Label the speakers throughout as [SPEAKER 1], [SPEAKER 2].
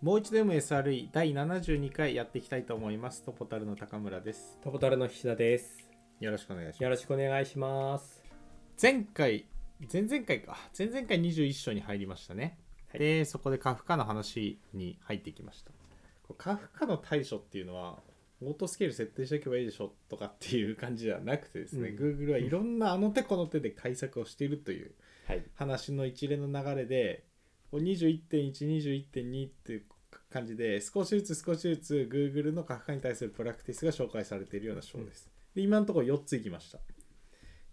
[SPEAKER 1] もう一度 MSRE 第72回やっていきたいと思いますトポタルの高村です
[SPEAKER 2] タポタルの菱田です。
[SPEAKER 1] よろしくお願いします
[SPEAKER 2] よろしくお願いします。
[SPEAKER 1] 前回前々回か前々回21章に入りましたね、
[SPEAKER 2] はい
[SPEAKER 1] でそこでカフカの話に入っていきましたこうカフカの対処っていうのはオートスケール設定しておけばいいでしょとかっていう感じではなくてですね、
[SPEAKER 2] うん
[SPEAKER 1] Google はいろんなあの手この手で対策をしているという
[SPEAKER 2] はい。
[SPEAKER 1] 話の一連の流れでこう21.121.2っていう感じで少しずつ少しずつ Google の核化に対するプラクティスが紹介されているような章です、で今のところ4ついきました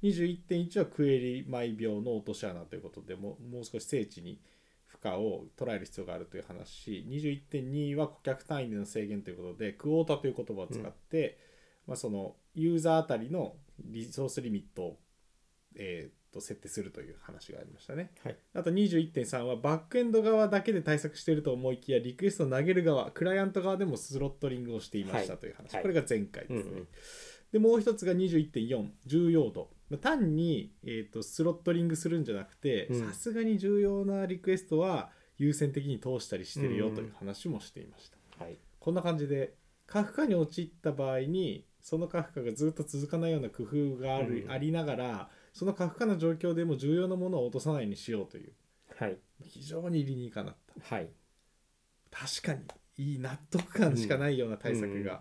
[SPEAKER 1] 21.1はクエリ毎秒の落とし穴ということでもうもう少し精緻に負荷を捉える必要があるという話し21.2は顧客単位での制限ということでクオータという言葉を使って、まあ、そのユーザーあたりのリソースリミットを、えーと設定するという話がありましたね。
[SPEAKER 2] はい。
[SPEAKER 1] あと21.3はバックエンド側だけで対策していると思いきやリクエストを投げる側クライアント側でもスロットリングをしていました
[SPEAKER 2] はい
[SPEAKER 1] という話、
[SPEAKER 2] はい
[SPEAKER 1] これが前回です
[SPEAKER 2] うん
[SPEAKER 1] ね。
[SPEAKER 2] うん。
[SPEAKER 1] でもう一つが21.4重要度単に、えー、とスロットリングするんじゃなくて
[SPEAKER 2] うん
[SPEAKER 1] さすがに重要なリクエストは優先的に通したりしてるよという話もしていました、
[SPEAKER 2] はい。
[SPEAKER 1] こんな感じで過負荷に陥った場合にその過負荷がずっと続かないような工夫がある、
[SPEAKER 2] うん
[SPEAKER 1] ありながらその過負荷の状況でも重要なものを落とさないようにしようという
[SPEAKER 2] はい。
[SPEAKER 1] 非常に理にかなった
[SPEAKER 2] はい。
[SPEAKER 1] 確かにいい納得感しかないような対策が、
[SPEAKER 2] うんうん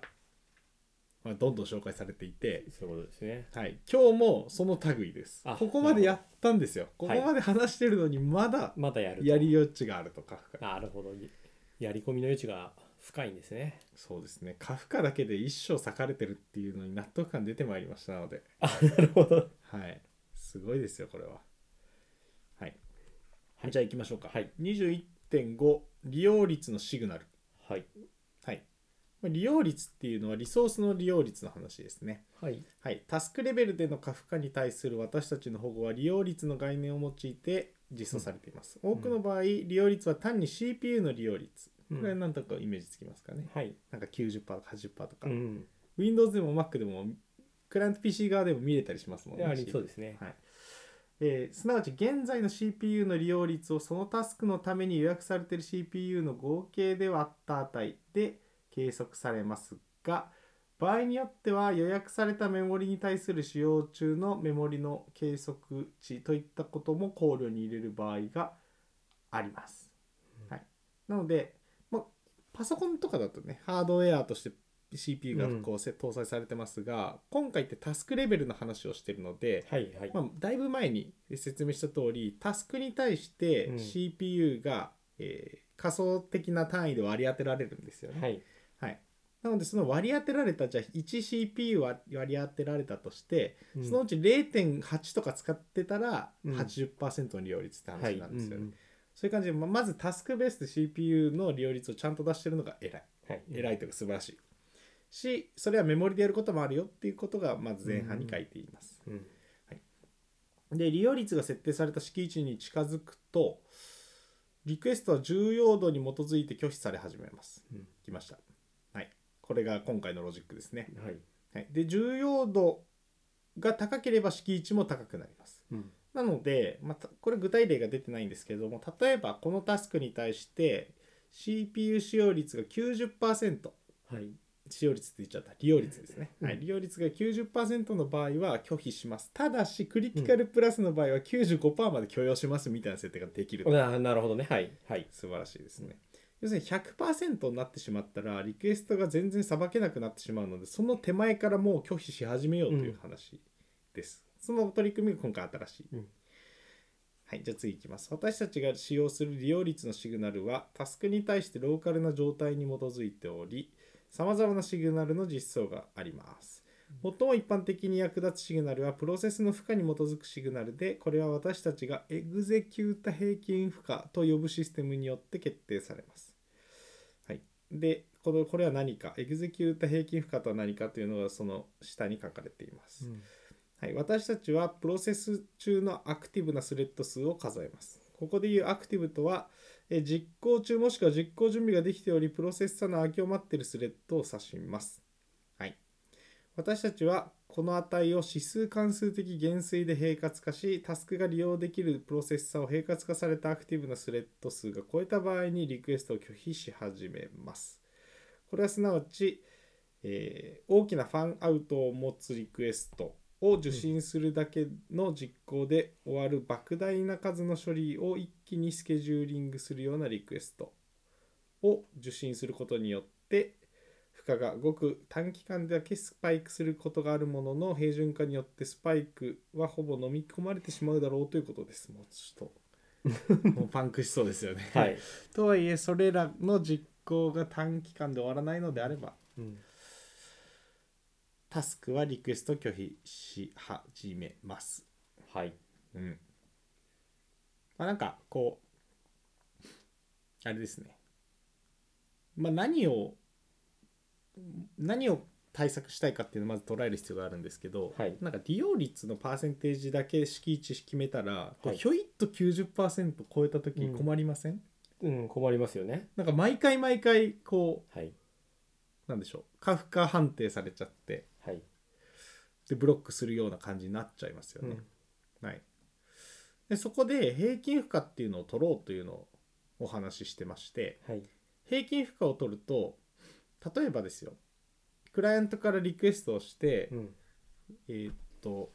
[SPEAKER 1] まあ、どんどん紹介されていて、
[SPEAKER 2] そういうことですね。
[SPEAKER 1] はい、今日もその類です
[SPEAKER 2] あ
[SPEAKER 1] ここまでやったんですよこ
[SPEAKER 2] ほ
[SPEAKER 1] こ
[SPEAKER 2] ど
[SPEAKER 1] まで話してるのにまだ
[SPEAKER 2] まだやると。
[SPEAKER 1] やり余地があると過負荷
[SPEAKER 2] なるほど。やり込みの余地が深いんですね。
[SPEAKER 1] そうですね過負荷だけで一生裂かれてるっていうのに納得感出てまいりましたなので
[SPEAKER 2] あ、なるほど。
[SPEAKER 1] はい。すごいですよ、これは。はい。
[SPEAKER 2] はい
[SPEAKER 1] じゃあ行きましょうか。
[SPEAKER 2] はい。
[SPEAKER 1] 21.5、利用率のシグナル。
[SPEAKER 2] はい。
[SPEAKER 1] はい。まあ利用率っていうのはリソースの利用率の話ですね。
[SPEAKER 2] はい。
[SPEAKER 1] はい。タスクレベルでの過負荷に対する私たちの保護は利用率の概念を用いて実装されています。多くの場合、利用率は単に CPU の利用率。これはなんとかイメージつきますかね。
[SPEAKER 2] はい。
[SPEAKER 1] なんか90%とか80%とか。
[SPEAKER 2] うん。
[SPEAKER 1] Windows でも Mac でも、クライアント PC 側でも見れたりしますもん
[SPEAKER 2] やはりそう
[SPEAKER 1] す
[SPEAKER 2] ですね。
[SPEAKER 1] はいえーすなわち現在の CPU の利用率をそのタスクのために予約されている CPU の合計で割った値で計測されますが場合によっては予約されたメモリに対する使用中のメモリの計測値といったことも考慮に入れる場合があります。はい、なので、まあ、パソコンとかだとねハードウェアとして CPU がこうせ搭載されてますが、今回ってタスクレベルの話をしてるので、
[SPEAKER 2] はい。はい。
[SPEAKER 1] まあ、だいぶ前に説明した通りタスクに対して
[SPEAKER 2] うん
[SPEAKER 1] CPU が、えー仮想的な単位で割り当てられるんですよね。
[SPEAKER 2] はい。
[SPEAKER 1] はいなのでその割り当てられたじゃあ 1CPU 割り当てられたとして、そのうち0.8とか使ってたら
[SPEAKER 2] うん
[SPEAKER 1] 80%の利用率って
[SPEAKER 2] は
[SPEAKER 1] 話
[SPEAKER 2] い。
[SPEAKER 1] なん
[SPEAKER 2] う
[SPEAKER 1] ですよね。
[SPEAKER 2] ん
[SPEAKER 1] そういう感じでままずタスクベースで CPU の利用率をちゃんと出してるのが偉い。
[SPEAKER 2] はい。
[SPEAKER 1] 偉いというか素晴らしい。しそれはメモリでやることもあるよっていうことがまず前半に書いています。
[SPEAKER 2] うん。
[SPEAKER 1] で利用率が設定された敷地に近づくとリクエストは重要度に基づいて拒否され始めます。
[SPEAKER 2] うん
[SPEAKER 1] 来ました。はい。これが今回のロジックですね。
[SPEAKER 2] はい。
[SPEAKER 1] はい、で重要度が高ければ敷地も高くなります。
[SPEAKER 2] うん。
[SPEAKER 1] なので、まあたこれ具体例が出てないんですけれども例えばこのタスクに対して CPU 使用率が90%
[SPEAKER 2] はい。
[SPEAKER 1] 使用率って言っちゃった利用率ですね、
[SPEAKER 2] うん
[SPEAKER 1] はい、利用率が90%の場合は拒否しますただしクリティカルプラスの場合は95%まで許容しますみたいな設定ができる、
[SPEAKER 2] ななるほどね。はい。はい。
[SPEAKER 1] 素晴らしいですね要するに100%になってしまったらリクエストが全然さばけなくなってしまうのでその手前からもう拒否し始めようという話です、その取り組みが今回新しい、
[SPEAKER 2] うん
[SPEAKER 1] はいじゃあ次いきます私たちが使用する利用率のシグナルはタスクに対してローカルな状態に基づいておりさまざまなシグナルの実装があります最も一般的に役立つシグナルはプロセスの負荷に基づくシグナルでこれは私たちがエグゼキュータ平均負荷と呼ぶシステムによって決定されます。はい、でこのこれは何かエグゼキュータ平均負荷とは何かというのがその下に書かれています、はい。私たちはプロセス中のアクティブなスレッド数を数えます。ここでいうアクティブとはえー実行中もしくは実行準備ができておりプロセッサーの空きを待っているスレッドを指します。はい、私たちはこの値を指数関数的減衰で平滑化し、タスクが利用できるプロセッサーを平滑化されたアクティブなスレッド数が超えた場合にリクエストを拒否し始めます。これはすなわち、えー大きなファンアウトを持つリクエストを受信するだけの実行で終わる莫大な数の処理を一気にスケジューリングするようなリクエストを受信することによって負荷がごく短期間だけスパイクすることがあるものの平準化によってスパイクはほぼ飲み込まれてしまうだろうということです。もうちょっ ともうパンクしそうですよね。
[SPEAKER 2] はい、
[SPEAKER 1] とはいえそれらの実行が短期間で終わらないのであれば
[SPEAKER 2] うん
[SPEAKER 1] タスクはリクエスト拒否し始めます。
[SPEAKER 2] はい
[SPEAKER 1] うん。まあなんかこうあれですね。まあ何を何を対策したいかっていうのをまず捉える必要があるんですけど、
[SPEAKER 2] はい
[SPEAKER 1] なんか利用率のパーセンテージだけ敷地決めたら、こう
[SPEAKER 2] はい
[SPEAKER 1] ひょいっと90%超えた時に困りません、
[SPEAKER 2] うん、困りますよね
[SPEAKER 1] なんか毎回毎回こ
[SPEAKER 2] はいう
[SPEAKER 1] なんでしょうカフカ判定されちゃって
[SPEAKER 2] はい、
[SPEAKER 1] でブロックするような感じになっちゃいますよ
[SPEAKER 2] う
[SPEAKER 1] ね。
[SPEAKER 2] ん
[SPEAKER 1] はい、でそこで平均負荷っていうのを取ろうというのをお話ししてまして
[SPEAKER 2] はい
[SPEAKER 1] 平均負荷を取ると例えばですよクライアントからリクエストをして、
[SPEAKER 2] うん
[SPEAKER 1] えーっと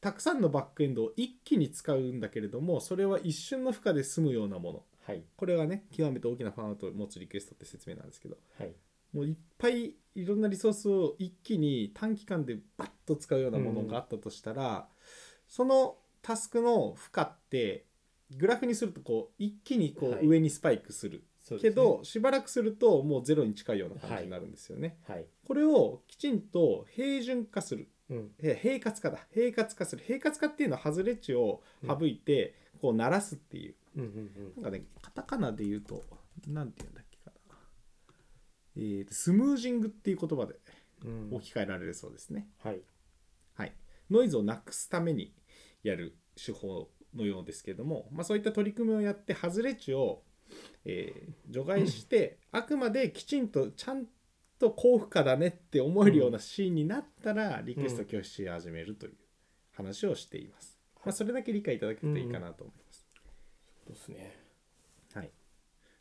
[SPEAKER 1] たくさんのバックエンドを一気に使うんだけれどもそれは一瞬の負荷で済むようなもの
[SPEAKER 2] はい
[SPEAKER 1] これはね極めて大きなファンアウトを持つリクエストって説明なんですけど
[SPEAKER 2] はい
[SPEAKER 1] もういっぱいいろんなリソースを一気に短期間でバッと使うようなものがあったとしたら、そのタスクの負荷ってグラフにするとこう一気にこ
[SPEAKER 2] は
[SPEAKER 1] う
[SPEAKER 2] い
[SPEAKER 1] 上にスパイクする、
[SPEAKER 2] そう
[SPEAKER 1] け
[SPEAKER 2] ですね
[SPEAKER 1] ど、しばらくするともうゼロに近いような感じになるんですよね。
[SPEAKER 2] はい
[SPEAKER 1] これをきちんと平準化する
[SPEAKER 2] うん
[SPEAKER 1] え平滑化だ平滑化する平滑化っていうのは外れ値を省いてこう鳴らすっていう
[SPEAKER 2] うんうん
[SPEAKER 1] なんかね、カタカナで言うと、なんて言うんだっけかな。えーとスムージングっていう言葉で
[SPEAKER 2] うんうん
[SPEAKER 1] 置き換えられるそうですね。
[SPEAKER 2] はい
[SPEAKER 1] はい。ノイズをなくすためにやる手法のようですけれども、まあ、そういった取り組みをやって、外れ値を、えー除外して、あくまできちんとちゃんと高負荷だねって思えるようなシーンになったら、リクエスト拒否し始めるという話をしています。まあ、それだけ理解いただけるといいかなと思います。
[SPEAKER 2] そうですね
[SPEAKER 1] はい、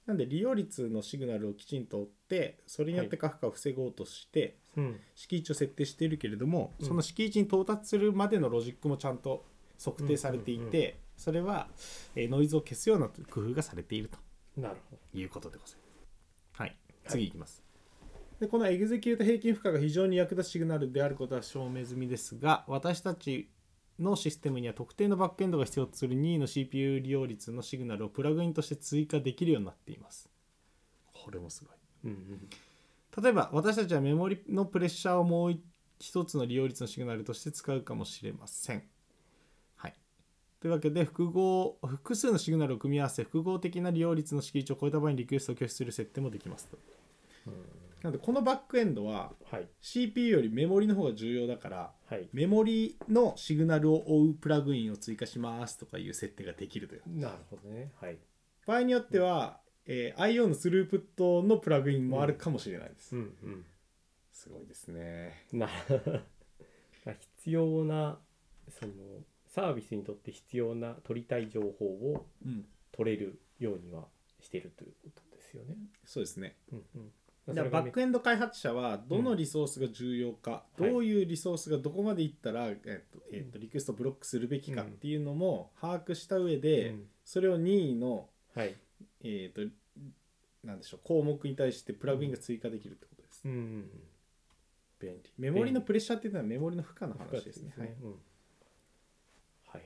[SPEAKER 1] なんで利用率のシグナルをきちんと追ってそれによって過負荷を防ごうとして、
[SPEAKER 2] うん
[SPEAKER 1] 敷地を設定しているけれども、
[SPEAKER 2] うん
[SPEAKER 1] その敷地に到達するまでのロジックもちゃんと測定されていて、
[SPEAKER 2] うんうんう
[SPEAKER 1] それは、えーノイズを消すような工夫がされていると
[SPEAKER 2] なるほ
[SPEAKER 1] いうことでございます。はい、次いきます。でこのエグゼキュート平均負荷が非常に役立つシグナルであることは証明済みですが私たちのシステムには特定のバックエンドが必要とする任意の CPU 利用率のシグナルをプラグインとして追加できるようになっています。これもすごい。
[SPEAKER 2] どうん
[SPEAKER 1] 例えば私たちはメモリのプレッシャーをもう一つの利用率のシグナルとして使うかもしれません。はい、というわけで複合複数のシグナルを組み合わせ複合的な利用率の敷地を超えた場合にリクエストを拒否する設定もできますと。なのでこのバックエンドは
[SPEAKER 2] はい
[SPEAKER 1] CPU よりメモリの方が重要だから
[SPEAKER 2] はい
[SPEAKER 1] メモリのシグナルを追うプラグインを追加しますとかいう設定ができるという。
[SPEAKER 2] なるほどねはい
[SPEAKER 1] 場合によっては、えー IO のスループットのプラグインもあるかもしれないです。
[SPEAKER 2] うん
[SPEAKER 1] すごいですね。
[SPEAKER 2] うんな 必要なそのサービスにとって必要な取りたい情報を
[SPEAKER 1] うん、
[SPEAKER 2] 取れるようにはしてるということですよね
[SPEAKER 1] そうですね。
[SPEAKER 2] うんうん
[SPEAKER 1] だからバックエンド開発者はどのリソースが重要か、
[SPEAKER 2] うん
[SPEAKER 1] どういうリソースがどこまでいったら、えっとえっと、リクエストブロックするべきかっていうのも把握した上で、
[SPEAKER 2] うん
[SPEAKER 1] それを任意の、
[SPEAKER 2] はい
[SPEAKER 1] えっとなんでしょう項目に対してプラグインが追加できるってことです。
[SPEAKER 2] うんうん
[SPEAKER 1] 便利メモリのプレッシャーっていうのはメモリの負荷の話ですね。はい、
[SPEAKER 2] うんはいはい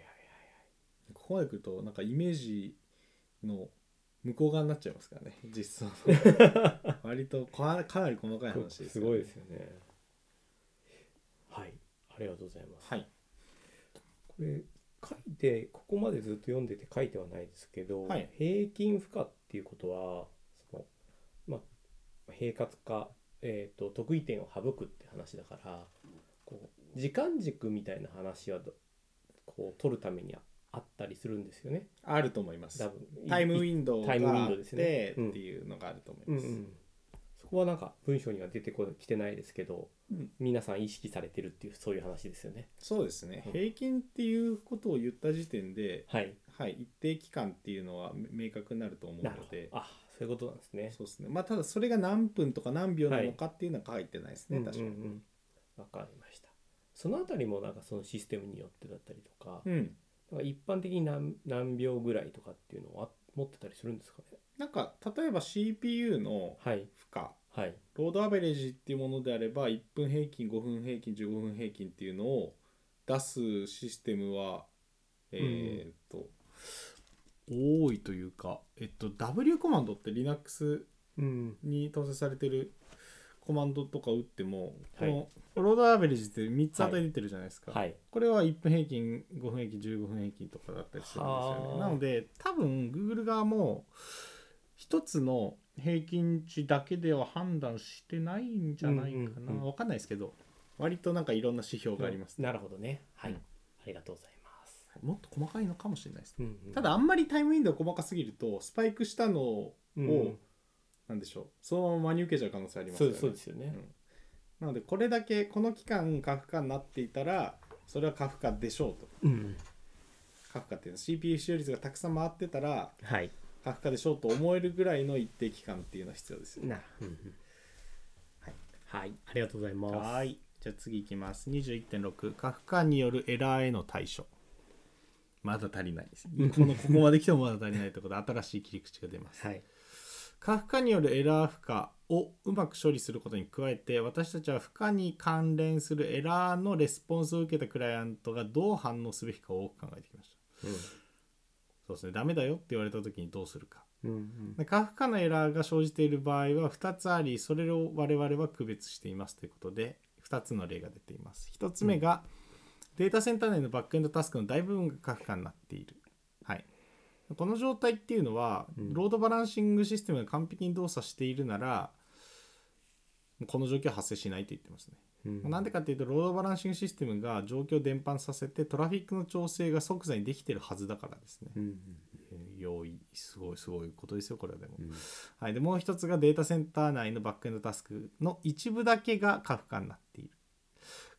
[SPEAKER 1] ここまでくるとなんかイメージの向こう側になっちゃいますからね実装 の割とかかなり細かい
[SPEAKER 2] は
[SPEAKER 1] 話
[SPEAKER 2] いはい
[SPEAKER 1] です、
[SPEAKER 2] すごいですよねはいありがとうございます
[SPEAKER 1] はい
[SPEAKER 2] これ書いてここまでずっと読んでて書いてはないですけど、
[SPEAKER 1] はい
[SPEAKER 2] 平均負荷っていうことはその、まあ、平滑化、えー、と得意点を省くって話だからこう時間軸みたいな話はどこう取るためにああったりするんですよね
[SPEAKER 1] あると思います
[SPEAKER 2] 多分
[SPEAKER 1] タイムウィンドウが
[SPEAKER 2] タイムウィン
[SPEAKER 1] あ
[SPEAKER 2] ド
[SPEAKER 1] っ
[SPEAKER 2] ウです
[SPEAKER 1] て
[SPEAKER 2] ね
[SPEAKER 1] っていうのがあると思い
[SPEAKER 2] うん
[SPEAKER 1] ま
[SPEAKER 2] う
[SPEAKER 1] す。
[SPEAKER 2] ん、そこはなんか文章には出てこきてないですけど、
[SPEAKER 1] うん
[SPEAKER 2] 皆さん意識されてるっていうそういう話ですよね。
[SPEAKER 1] そうですね、
[SPEAKER 2] うん
[SPEAKER 1] 平均っていうことを言った時点で、
[SPEAKER 2] はい。
[SPEAKER 1] はい、一定期間っていうのは明確になると思う
[SPEAKER 2] なる
[SPEAKER 1] の
[SPEAKER 2] ほど
[SPEAKER 1] で。
[SPEAKER 2] あ、そういうことなんですね。
[SPEAKER 1] そうですねまあただそれが何分とか何秒なのかっていうのは書いてないですね、
[SPEAKER 2] うんうん
[SPEAKER 1] 確かに。
[SPEAKER 2] うん。わかりました。そのあたりもなんかそのシステムによってだったりとか、
[SPEAKER 1] うん
[SPEAKER 2] なんか一般的に何何秒ぐらいとかっていうのは持ってたりするんですかね。
[SPEAKER 1] なんか例えば CPU の
[SPEAKER 2] はい
[SPEAKER 1] 負荷
[SPEAKER 2] はい
[SPEAKER 1] ロードアベレージっていうものであれば1分平均5分平均15分平均っていうのを出すシステムはえーっと、多いというか、えっと、W コマンドって Linux
[SPEAKER 2] うん
[SPEAKER 1] に搭載されてるコマンドとか打っても、
[SPEAKER 2] はい
[SPEAKER 1] このロードアベレージって3つ与え出てるじゃないですか、
[SPEAKER 2] はい
[SPEAKER 1] これは1分平均5分平均15分平均とかだったりするんですよ
[SPEAKER 2] はあ
[SPEAKER 1] ねなので多分 Google 側も一つの平均値だけでは判断してないんじゃないかな、
[SPEAKER 2] うんうんうん
[SPEAKER 1] わかんないですけど割となんかいろんな指標があります、ね
[SPEAKER 2] なるほどね。はい、
[SPEAKER 1] うん
[SPEAKER 2] ありがとうございます。
[SPEAKER 1] もっと細かいのかもしれないですね
[SPEAKER 2] うんうん
[SPEAKER 1] ただあんまりタイムインドー細かすぎるとスパイクしたのを、
[SPEAKER 2] うん
[SPEAKER 1] なんでしょうそのまま真に受けちゃう可能性あります
[SPEAKER 2] そ
[SPEAKER 1] よ
[SPEAKER 2] う
[SPEAKER 1] ね
[SPEAKER 2] そうですよね。
[SPEAKER 1] なのでこれだけこの期間過負荷になっていたらそれは過負荷でしょうと
[SPEAKER 2] うん、
[SPEAKER 1] 過負荷っていうのは CPU 使用率がたくさん回ってたら
[SPEAKER 2] はい。
[SPEAKER 1] 過負荷でしょうと思えるぐらいの一定期間っていうのは必要ですよね。
[SPEAKER 2] な、うんうんはい、はい、ありがとうございます。
[SPEAKER 1] はいじゃあ次いきます21.6過負荷によるエラーへの対処まだ足りないですこのこ こまで来てもまだ足りないところで新しい切り口が出ます
[SPEAKER 2] はい、
[SPEAKER 1] 過負荷によるエラー負荷をうまく処理することに加えて私たちは負荷に関連するエラーのレスポンスを受けたクライアントがどう反応すべきかを多く考えてきましたそうですねダメだよって言われた時にどうするか
[SPEAKER 2] うん、うん、
[SPEAKER 1] で過負荷のエラーが生じている場合は2つありそれを我々は区別していますということで2つの例が出ています1つ目が、データセンター内のバックエンドタスクの大部分が過負荷になっている、はい、この状態っていうのは、
[SPEAKER 2] うん
[SPEAKER 1] ロードバランシングシステムが完璧に動作しているならこの状況は発生しないと言ってますね
[SPEAKER 2] うん、
[SPEAKER 1] なんでかっていうとロードバランシングシステムが状況を伝播させてトラフィックの調整が即座にできてるはずだからですね
[SPEAKER 2] うん、うん、
[SPEAKER 1] 用意すごいすごいことですよこれはでも、
[SPEAKER 2] うん
[SPEAKER 1] はい、でもう一つがデータセンター内のバックエンドタスクの一部だけが過負荷になっている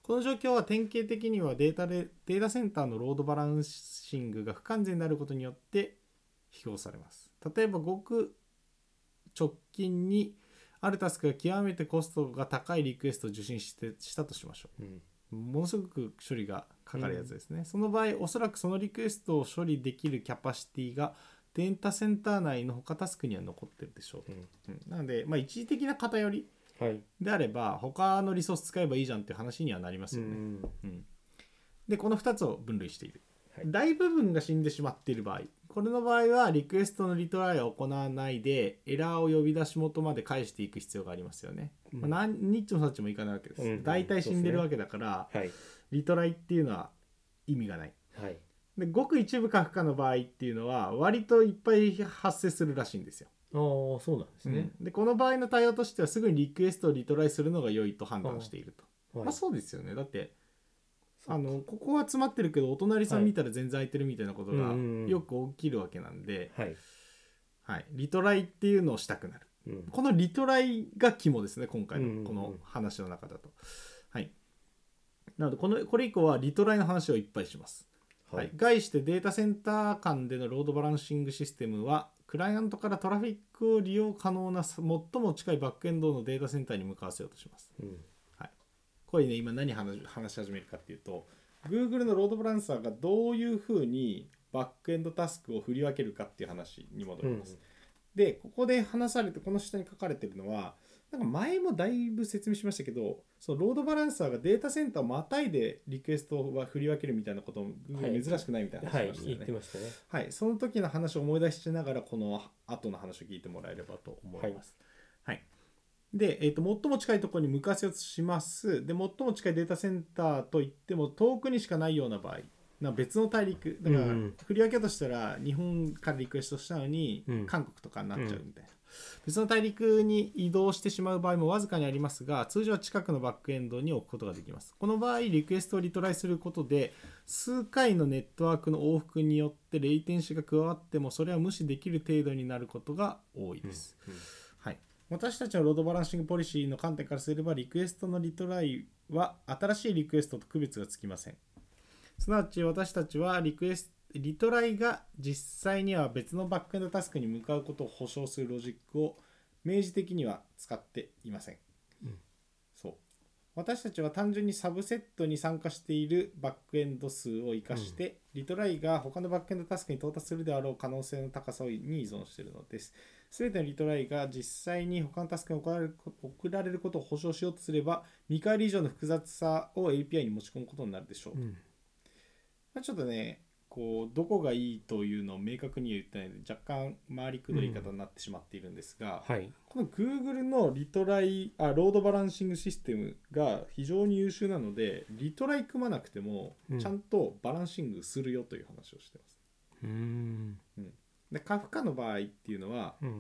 [SPEAKER 1] この状況は典型的にはデータレデータセンターのロードバランシングが不完全になることによって引き起こされます例えばごく直近にあるタスクが極めてコストが高いリクエストを受信してしたとしましょう
[SPEAKER 2] うん、
[SPEAKER 1] ものすごく処理がかかるやつですね、その場合おそらくそのリクエストを処理できるキャパシティがデータセンター内の他タスクには残ってるでしょうと、うんなので、まあ、一時的な偏り
[SPEAKER 2] はい、
[SPEAKER 1] であれば他のリソース使えばいいじゃんっていう話にはなりますよね、うんでこの2つを分類している、
[SPEAKER 2] はい
[SPEAKER 1] 大部分が死んでしまっている場合これの場合はリクエストのリトライを行わないでエラーを呼び出し元まで返していく必要がありますよね、
[SPEAKER 2] うん
[SPEAKER 1] まあ、何日もさっちもいかないわけです、
[SPEAKER 2] うんうん
[SPEAKER 1] 大体死んでるわけだから、
[SPEAKER 2] はい、
[SPEAKER 1] リトライっていうのは意味がない
[SPEAKER 2] はい、
[SPEAKER 1] でごく一部過負荷の場合っていうのは割といっぱい発生するらしいんですよ、
[SPEAKER 2] ああ、そうなんですね。
[SPEAKER 1] でこの場合の対応としてはすぐにリクエストをリトライするのが良いと判断していると、
[SPEAKER 2] はい、
[SPEAKER 1] まあそうですよねだって
[SPEAKER 2] そう
[SPEAKER 1] あのここは詰まってるけどお隣さん見たら全然空いてるみたいなことが
[SPEAKER 2] はいうんうんうん
[SPEAKER 1] よく起きるわけなんで、
[SPEAKER 2] はい、
[SPEAKER 1] はい、リトライっていうのをしたくなる
[SPEAKER 2] うん、
[SPEAKER 1] このリトライが肝ですね今回
[SPEAKER 2] うんうんう
[SPEAKER 1] の
[SPEAKER 2] ん
[SPEAKER 1] この話の中だと、はいなのでこのこれ以降はリトライの話をいっぱいしますは
[SPEAKER 2] はいい、、
[SPEAKER 1] 概してデータセンター間でのロードバランシングシステムはクライアントからトラフィックを利用可能な最も近いバックエンドのデータセンターに向かわせようとします。
[SPEAKER 2] うん、
[SPEAKER 1] はい、これね今何話し話し始めるかっていうと Google のロードバランサーがどういうふうにバックエンドタスクを振り分けるかっていう話に戻ります。でここで話されてこの下に書かれてるのはなんか前もだいぶ説明しましたけどそのロードバランサーがデータセンターをまたいでリクエストは振り分けるみたいなことも Google
[SPEAKER 2] はい
[SPEAKER 1] 珍しくないみたいな
[SPEAKER 2] は
[SPEAKER 1] 話
[SPEAKER 2] い
[SPEAKER 1] をし、ました
[SPEAKER 2] 言
[SPEAKER 1] よ
[SPEAKER 2] って
[SPEAKER 1] ね。
[SPEAKER 2] ましたね。
[SPEAKER 1] はい、その時の話を思い出しながらこの後の話を聞いてもらえればと思います。はいで、えー、と最も近いところに向かせようとしますで最も近いデータセンターといっても遠くにしかないような場合な別の大陸だから
[SPEAKER 2] うんうん
[SPEAKER 1] 振り分けとしたら日本からリクエストしたのに
[SPEAKER 2] うん
[SPEAKER 1] 韓国とかになっちゃうみたいな、別の大陸に移動してしまう場合もわずかにありますが通常は近くのバックエンドに置くことができますこの場合リクエストをリトライすることで数回のネットワークの往復によってレイテンシが加わってもそれは無視できる程度になることが多いです、はい、私たちのロードバランシングポリシーの観点からすればリクエストのリトライは新しいリクエストと区別がつきませんすなわち私たちはリクエスリトライが実際には別のバックエンドタスクに向かうことを保証するロジックを明示的には使っていません、
[SPEAKER 2] うん
[SPEAKER 1] そう私たちは単純にサブセットに参加しているバックエンド数を生かして、リトライが他のバックエンドタスクに到達するであろう可能性の高さに依存しているのです全てのリトライが実際に他のタスクに送られるこ送られることを保証しようとすれば見返り以上の複雑さを API に持ち込むことになるでしょう、
[SPEAKER 2] うん
[SPEAKER 1] まあ、ちょっとねこうどこがいいというのを明確には言ってないので若干回りくどい言い方になってしまっているんですが、
[SPEAKER 2] はい
[SPEAKER 1] この Google のリトライあロードバランシングシステムが非常に優秀なのでリトライ組まなくても
[SPEAKER 2] うん
[SPEAKER 1] ちゃんとバランシングするよという話をしてます。
[SPEAKER 2] うん
[SPEAKER 1] でカフカの場合っていうのは
[SPEAKER 2] うん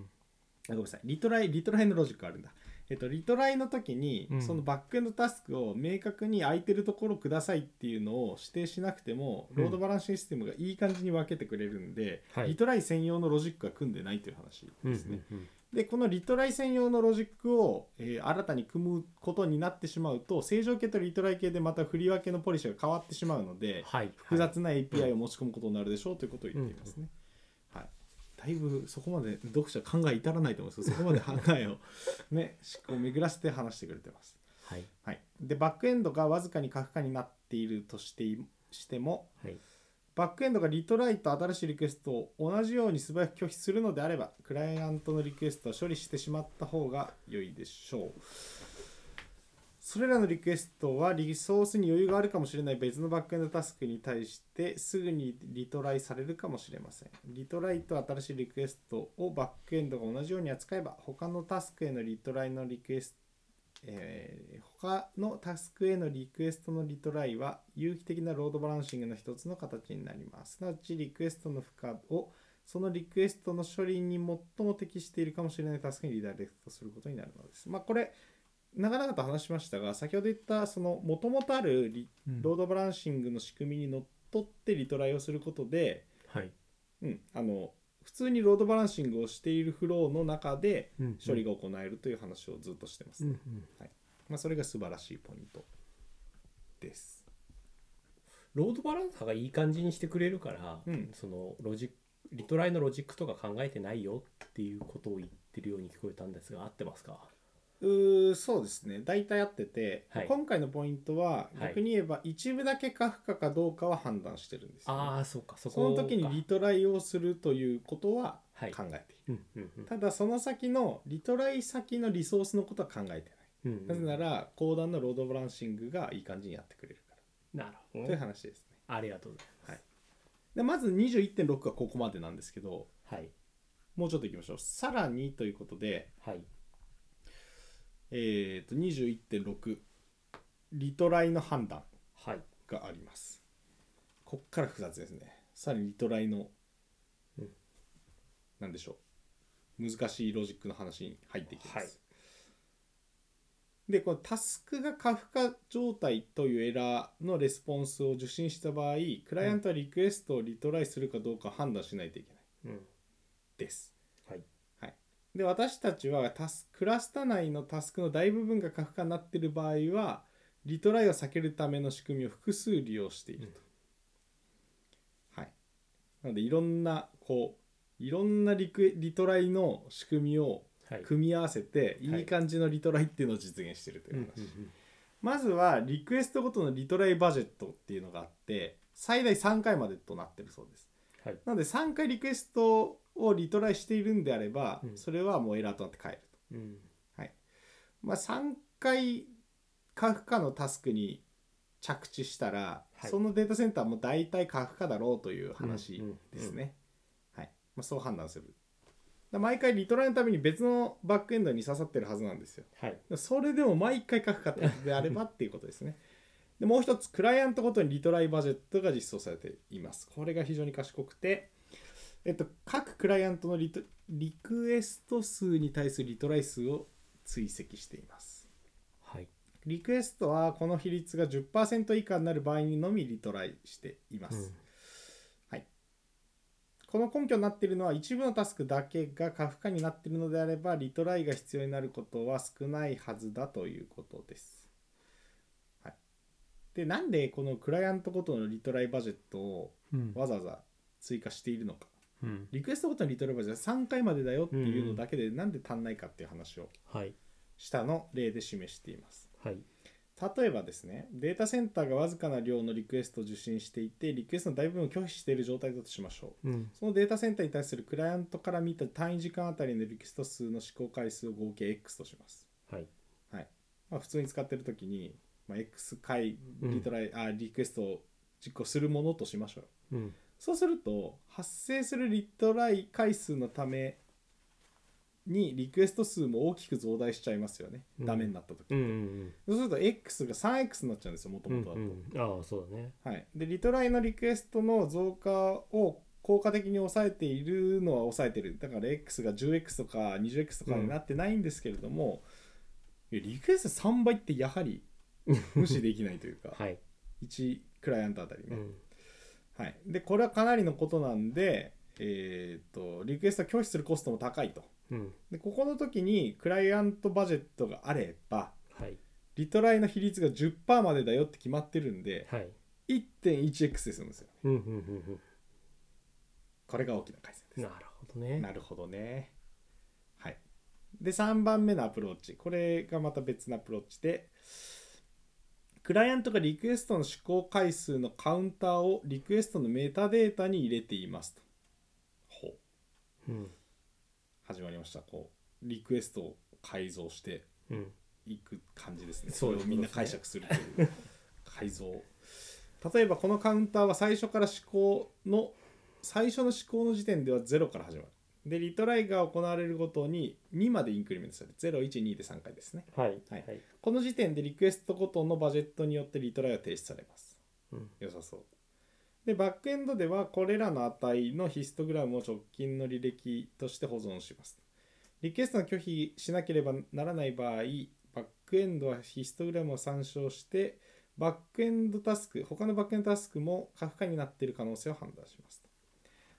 [SPEAKER 1] あごめんなさいリトライリトライのロジックあるんだ。えっと、リトライの時に、
[SPEAKER 2] うん
[SPEAKER 1] そのバックエンドタスクを明確に空いてるところくださいっていうのを指定しなくても、
[SPEAKER 2] うん
[SPEAKER 1] ロードバランシングシステムがいい感じに分けてくれるんで、
[SPEAKER 2] はい
[SPEAKER 1] リトライ専用のロジックが組んでないという話
[SPEAKER 2] うん
[SPEAKER 1] ですね。でこのリトライ専用のロジックを、えー新たに組むことになってしまうと正常系とリトライ系でまた振り分けのポリシーが変わってしまうので
[SPEAKER 2] はい
[SPEAKER 1] 複雑な API を持ち込むことになるでしょうということを言っていますね。はい、だいぶそこまで読者考え至らないと思うんですけどそこまで考えを ね思考を巡らせて話してくれてます。
[SPEAKER 2] はい
[SPEAKER 1] はい、でバックエンドがわずかに過負荷になっているとしていしても
[SPEAKER 2] はい
[SPEAKER 1] バックエンドがリトライと新しいリクエストを同じように素早く拒否するのであればクライアントのリクエストを処理してしまった方が良いでしょうそれらのリクエストはリソースに余裕があるかもしれない別のバックエンドタスクに対してすぐにリトライされるかもしれませんリトライと新しいリクエストをバックエンドが同じように扱えば他のタスクへのリトライのリクエストえー他のタスクへのリクエストのリトライは有機的なロードバランシングの一つの形になります。すなわちリクエストの負荷をそのリクエストの処理に最も適しているかもしれないタスクにリダイレクトすることになるのです。まあこれ長々と話しましたが先ほど言ったその元々あるリロードバランシングの仕組みにのっとってリトライをすることで、
[SPEAKER 2] はい
[SPEAKER 1] うん、あの普通にロードバランシングをしているフローの中で処理
[SPEAKER 2] が
[SPEAKER 1] が行えるという話をずっとしてます。まあ、それが素晴らしいポイントです。
[SPEAKER 2] ロードバランサーがいい感じにしてくれるから、
[SPEAKER 1] うん
[SPEAKER 2] そのロジックリトライのロジックとか考えてないよっていうことを言ってるように聞こえたんですが合ってますか
[SPEAKER 1] うーそうですね大体合ってて、
[SPEAKER 2] はい
[SPEAKER 1] 今回のポイントは
[SPEAKER 2] はい
[SPEAKER 1] 逆に言えば一部だけ過負荷かどうかは判断してるんですよね、
[SPEAKER 2] ああそうかそ
[SPEAKER 1] そ
[SPEAKER 2] こ
[SPEAKER 1] の時にリトライをするということは考え
[SPEAKER 2] はい
[SPEAKER 1] ている、
[SPEAKER 2] うんうんうん
[SPEAKER 1] ただその先のリトライ先のリソースのことは考えてない、
[SPEAKER 2] うん
[SPEAKER 1] なぜなら後段のロードバランシングがいい感じにやってくれるか
[SPEAKER 2] なるほ
[SPEAKER 1] ら、
[SPEAKER 2] ど
[SPEAKER 1] という
[SPEAKER 2] ね
[SPEAKER 1] 話ですね
[SPEAKER 2] ありがとうござい
[SPEAKER 1] でまず21.6はここまでなんですけど
[SPEAKER 2] ますはい
[SPEAKER 1] もうちょっといきましょうさらにということで
[SPEAKER 2] はい
[SPEAKER 1] えー、と21.6リトライの判断
[SPEAKER 2] はい
[SPEAKER 1] がありますこっから複雑ですねさらにリトライの、
[SPEAKER 2] うん
[SPEAKER 1] なんでしょう難しいロジックの話に入っていきます、
[SPEAKER 2] はい
[SPEAKER 1] でこのタスクが過負荷状態というエラーのレスポンスを受信した場合クライアントはリクエストをリトライするかどうか判断しないといけない
[SPEAKER 2] うん
[SPEAKER 1] です
[SPEAKER 2] はい
[SPEAKER 1] はい、で私たちはタスクラスタ内のタスクの大部分が過負荷になっている場合はリトライを避けるための仕組みを複数利用していると。はい、なのでいろんなこういろんなリクエリトライの仕組みを
[SPEAKER 2] はい
[SPEAKER 1] 組み合わせて、
[SPEAKER 2] はい
[SPEAKER 1] いい感じのリトライっていうのを実現しているといううん話、
[SPEAKER 2] うんうん
[SPEAKER 1] まずはリクエストごとのリトライバジェットっていうのがあって最大3回までとなってるそうです。
[SPEAKER 2] はい
[SPEAKER 1] なので3回リクエストをリトライしているんであれば、
[SPEAKER 2] うん
[SPEAKER 1] それはもうエラーとなって帰ると。
[SPEAKER 2] うん
[SPEAKER 1] はいまあ、3回過負荷のタスクに着地したら、
[SPEAKER 2] はい
[SPEAKER 1] そのデータセンターも大体過負荷だろうという話
[SPEAKER 2] うんうん
[SPEAKER 1] ですね。はいまあ、そう判断する。だ毎回リトライのために別のバックエンドに刺さってるはずなんですよ。
[SPEAKER 2] はい
[SPEAKER 1] それでも毎回書くかであればっていうことですね。でもう一つ、クライアントごとにリトライバジェットが実装されています。これが非常に賢くて、えっと、各クライアントのリトリクエスト数に対するリトライ数を追跡しています。
[SPEAKER 2] はい
[SPEAKER 1] リクエストはこの比率が10%以下になる場合にのみリトライしています。
[SPEAKER 2] うん
[SPEAKER 1] はい。この根拠になっているのは一部のタスクだけが過負荷になっているのであればリトライが必要になることは少ないはずだということです。はい、でなんでこのクライアントごとのリトライバジェットを
[SPEAKER 2] うん
[SPEAKER 1] わざわざ追加しているのか
[SPEAKER 2] うん
[SPEAKER 1] リクエストごとのリトライバジェットは3回までだよっていうのだけでなんで足んないかっていう話を
[SPEAKER 2] はい
[SPEAKER 1] 下の例で示しています。
[SPEAKER 2] はい
[SPEAKER 1] 例えばですねデータセンターがわずかな量のリクエストを受信していてリクエストの大部分を拒否している状態だとしましょう
[SPEAKER 2] うん
[SPEAKER 1] そのデータセンターに対するクライアントから見た単位時間あたりのリクエスト数の試行回数を合計 X とします、
[SPEAKER 2] はい
[SPEAKER 1] はいまあ、普通に使ってる時に、まあ、X 回
[SPEAKER 2] うん
[SPEAKER 1] リトライ、あリクエストを実行するものとしましょう
[SPEAKER 2] うん
[SPEAKER 1] そうすると発生するリトライ回数のためにリクエスト数も大きく増大しちゃいますよね、
[SPEAKER 2] うん
[SPEAKER 1] ダメになった時
[SPEAKER 2] うんうん
[SPEAKER 1] そうすると X が 3X になっちゃうんですよもと
[SPEAKER 2] うん
[SPEAKER 1] もとだと、
[SPEAKER 2] うんうんああそうだね
[SPEAKER 1] はい、でリトライのリクエストの増加を効果的に抑えているのは抑えてるだから X が 10X とか 20X とかになってないんですけれども、いやリクエスト3倍ってやはり無視できないというか、
[SPEAKER 2] はい
[SPEAKER 1] 1クライアントあたりね、
[SPEAKER 2] うん
[SPEAKER 1] はい、でこれはかなりのことなんで、えー、とリクエストを拒否するコストも高いと
[SPEAKER 2] うん
[SPEAKER 1] でここの時にクライアントバジェットがあれば
[SPEAKER 2] はい
[SPEAKER 1] リトライの比率が10%までだよって決まってるんで
[SPEAKER 2] はい
[SPEAKER 1] 1.1x で済むんですよ
[SPEAKER 2] うんうんうん
[SPEAKER 1] これが大きな改善
[SPEAKER 2] う
[SPEAKER 1] で
[SPEAKER 2] んなるほどね
[SPEAKER 1] すなるほどねはいで3番目のアプローチこれがまた別のアプローチでクライアントがリクエストの試行回数のカウンターをリクエストのメタデータに入れていますとほう
[SPEAKER 2] うん
[SPEAKER 1] 始まりましたこうリクエストを改造して
[SPEAKER 2] うん
[SPEAKER 1] いく感じですね
[SPEAKER 2] そ
[SPEAKER 1] そうれをみんな解釈するという改造例えばこのカウンターは最初から思考の最初の思考の時点では0から始まるでリトライが行われるごとに2までインクリメントされる012で3回ですね
[SPEAKER 2] はい
[SPEAKER 1] はい
[SPEAKER 2] い
[SPEAKER 1] この時点でリクエストごとのバジェットによってリトライは提出されます
[SPEAKER 2] うん
[SPEAKER 1] 良さそうでバックエンドではこれらの値のヒストグラムを直近の履歴として保存しますリクエストの拒否しなければならない場合バックエンドはヒストグラムを参照してバックエンドタスク他のバックエンドタスクも過負荷になっている可能性を判断します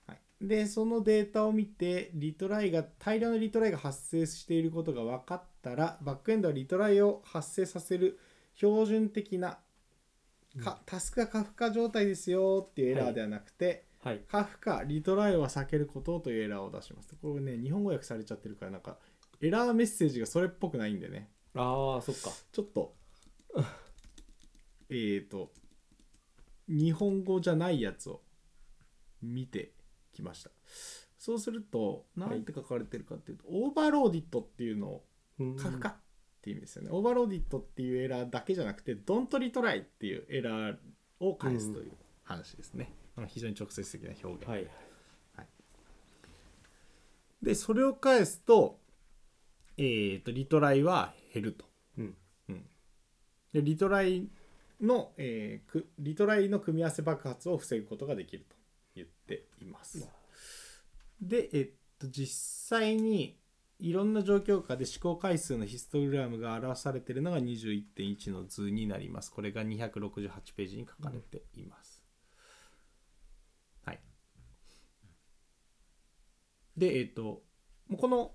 [SPEAKER 1] はい、でそのデータを見てリトライが大量のリトライが発生していることが分かったらバックエンドはリトライを発生させる標準的なか、タスクが過負荷状態ですよっていうエラーではなくて、
[SPEAKER 2] はい
[SPEAKER 1] 過負荷リトライは避けることというエラーを出しますこれね日本語訳されちゃってるからなんかエラーメッセージがそれっぽくないんでね
[SPEAKER 2] ああそっか
[SPEAKER 1] ちょっと えーと日本語じゃないやつを見てきましたそうすると
[SPEAKER 2] い
[SPEAKER 1] 何て書かれてるかっていうと、オーバーローディットっていうのを
[SPEAKER 2] うん
[SPEAKER 1] 書くかっていう意味ですよね、オーバーローディットっていうエラーだけじゃなくてドントリトライっていうエラーを返すという話ですね、あの非常に直接的な表現、
[SPEAKER 2] はい
[SPEAKER 1] でそれを返すと,、えー、とリトライは減ると
[SPEAKER 2] うん
[SPEAKER 1] でリトライの、えーくリトライの組み合わせ爆発を防ぐことができると言っています。で、えっと、実際にいろんな状況下で試行回数のヒストグラムが表されているのが21.1の図になります。これが268ページに書かれています。はい。で、えっと、もうこの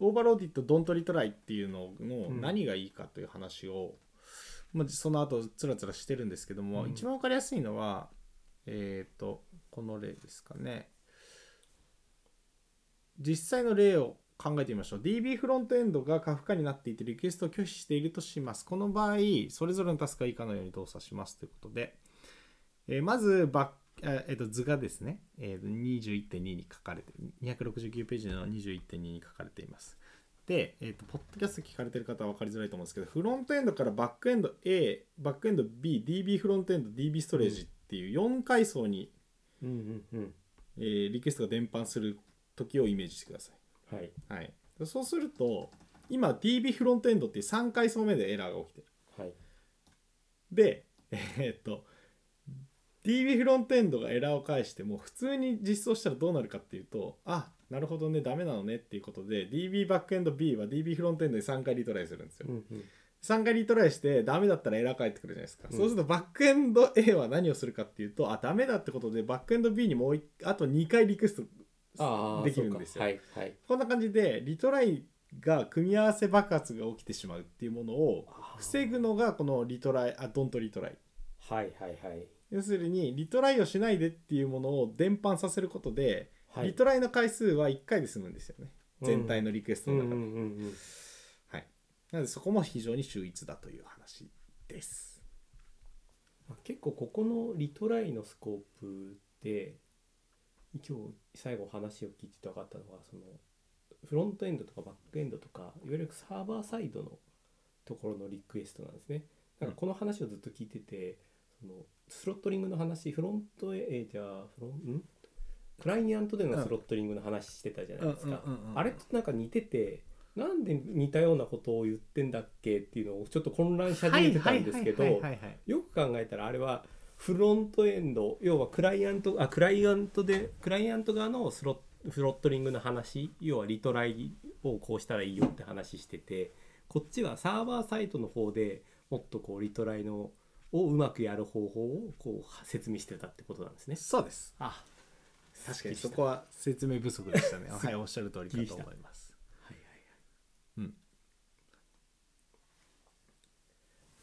[SPEAKER 1] オーバーローディット、ドントリトライっていうのの
[SPEAKER 2] うん
[SPEAKER 1] 何がいいかという話を、まあ、その後つらつらしてるんですけども、
[SPEAKER 2] うん
[SPEAKER 1] 一番わかりやすいのは、えっと、この例ですかね。実際の例を考えてみましょう DB フロントエンドが過負荷になっていてリクエストを拒否しているとしますこの場合それぞれのタスクは以下のように動作しますということで、えーまずバックえーえーと図がですね、えーと21.2に書かれて269ページの21.2に書かれていますで、えー、とポッドキャスト聞かれてる方は分かりづらいと思うんですけどフロントエンドからバックエンド A バックエンド BDB フロントエンド DB ストレージっていう4階層に、
[SPEAKER 2] うんうんうん
[SPEAKER 1] えーリクエストが伝播する時をイメージしてください
[SPEAKER 2] はい
[SPEAKER 1] はい、そうすると今 DB フロントエンドっていう3階層目でエラーが起きてる
[SPEAKER 2] はい
[SPEAKER 1] でえーっと DB フロントエンドがエラーを返しても普通に実装したらどうなるかっていうとあなるほどねダメなのねっていうことで DB バックエンド B は DB フロントエンドに3回リトライするんですよ、
[SPEAKER 2] うんうん
[SPEAKER 1] 3回リトライしてダメだったらエラー返ってくるじゃないですか、
[SPEAKER 2] うん
[SPEAKER 1] そうするとバックエンド A は何をするかっていうとあダメだってことでバックエンド B にもう一あと2回リクエス
[SPEAKER 2] あ
[SPEAKER 1] ト
[SPEAKER 2] あ
[SPEAKER 1] できるんです
[SPEAKER 2] そう
[SPEAKER 1] よ、
[SPEAKER 2] かはいはい
[SPEAKER 1] こんな感じでリトライが組み合わせ爆発が起きてしまうっていうものを防ぐのがこのリトライあドントリトライ
[SPEAKER 2] はいはいはい
[SPEAKER 1] 要するにリトライをしないでっていうものを伝播させることで、
[SPEAKER 2] はい
[SPEAKER 1] リトライの回数は1回で済むんですよね全体のリクエスト
[SPEAKER 2] うん
[SPEAKER 1] の
[SPEAKER 2] う
[SPEAKER 1] 中
[SPEAKER 2] ん
[SPEAKER 1] で、
[SPEAKER 2] うんうん
[SPEAKER 1] はい、なのでそこも非常に秀逸だという話です
[SPEAKER 2] まあ結構ここのリトライのスコープで今日最後話を聞いてて分かったのがそのフロントエンドとかバックエンドとかいわゆるサーバーサイドのところのリクエストなんですね。なんかこの話をずっと聞いててそのスロットリングの話フロントへえーじゃあフロンんクライアントでのスロットリングの話してたじゃないですか
[SPEAKER 1] うんうんうんうんうん
[SPEAKER 2] あれとなんか似ててなんで似たようなことを言ってんだっけっていうのをちょっと混乱し始めてたんですけどよく考えたらあれはフロントエンド要はクライアントあクライアントでクライアント側のスロフロットリングの話要はリトライをこうしたらいいよって話しててこっちはサーバーサイトの方でもっとこうリトライのをうまくやる方法をこう説明してたってことなんですね。
[SPEAKER 1] そうです
[SPEAKER 2] あ
[SPEAKER 1] 確かにそこは説明不足でしたねはいおっしゃる通りかと思います
[SPEAKER 2] はいはい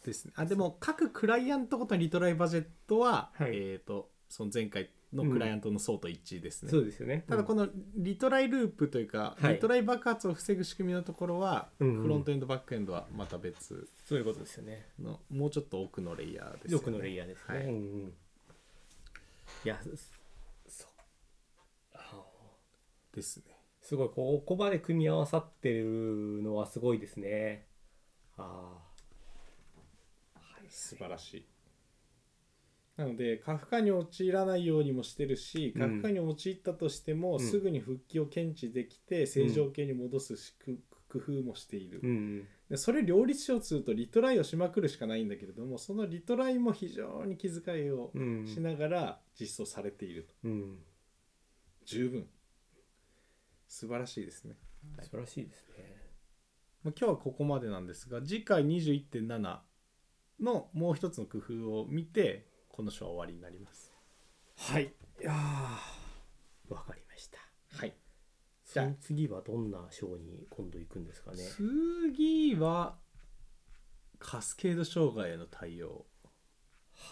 [SPEAKER 1] ですねあでも各クライアントごとにリトライバジェットは、
[SPEAKER 2] はい
[SPEAKER 1] えっ、とその前回のクライアントの層と一致です
[SPEAKER 2] はい
[SPEAKER 1] ね、
[SPEAKER 2] そうですよね。
[SPEAKER 1] ただこ
[SPEAKER 2] の、
[SPEAKER 1] のリトライループというか、
[SPEAKER 2] はい
[SPEAKER 1] リトライ爆発を防ぐ仕組みのところは、
[SPEAKER 2] うんうん
[SPEAKER 1] フロントエンドバックエンドはまた別
[SPEAKER 2] そういうことですよね。
[SPEAKER 1] のもうちょっと奥のレイヤーですよね
[SPEAKER 2] 欲のレイヤーですね。
[SPEAKER 1] はい
[SPEAKER 2] うんうんいやそそあの
[SPEAKER 1] ですね
[SPEAKER 2] すごいここまで組み合わさってるのはすごいですね。ああ、はい、
[SPEAKER 1] 素晴らしいなので過負荷に陥らないようにもしてるし過
[SPEAKER 2] う
[SPEAKER 1] 負荷
[SPEAKER 2] ん
[SPEAKER 1] に陥ったとしても、
[SPEAKER 2] ん
[SPEAKER 1] すぐに復帰を検知できて正常形に戻すしく工夫もしている、
[SPEAKER 2] うんうん、
[SPEAKER 1] でそれ両立しようとするとリトライをしまくるしかないんだけれどもそのリトライも非常に気遣いを
[SPEAKER 2] うん、
[SPEAKER 1] しながら実装されていると
[SPEAKER 2] うん、
[SPEAKER 1] 十分素晴らしいですね、
[SPEAKER 2] 素晴らしいですね。
[SPEAKER 1] まあ、今日はここまでなんですが次回21.7のもう一つの工夫を見てこの章は終わりになります
[SPEAKER 2] はい、いやーわかりました。
[SPEAKER 1] はい
[SPEAKER 2] じ
[SPEAKER 1] じ
[SPEAKER 2] ゃ
[SPEAKER 1] ゃあ
[SPEAKER 2] あ次はどんな章に今度行くんですかね。
[SPEAKER 1] 次はカスケード障害への対応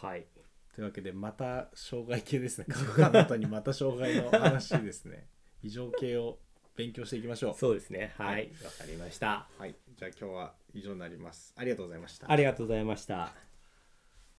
[SPEAKER 2] はい、
[SPEAKER 1] というわけでまた障害系ですね 過去の後にまた障害の話ですね 異常系を勉強していきましょ
[SPEAKER 2] そうですね。は、
[SPEAKER 1] はい
[SPEAKER 2] わかりました。
[SPEAKER 1] うはいじゃあ今日は以上になりますありがとうございました
[SPEAKER 2] ありがとうございました。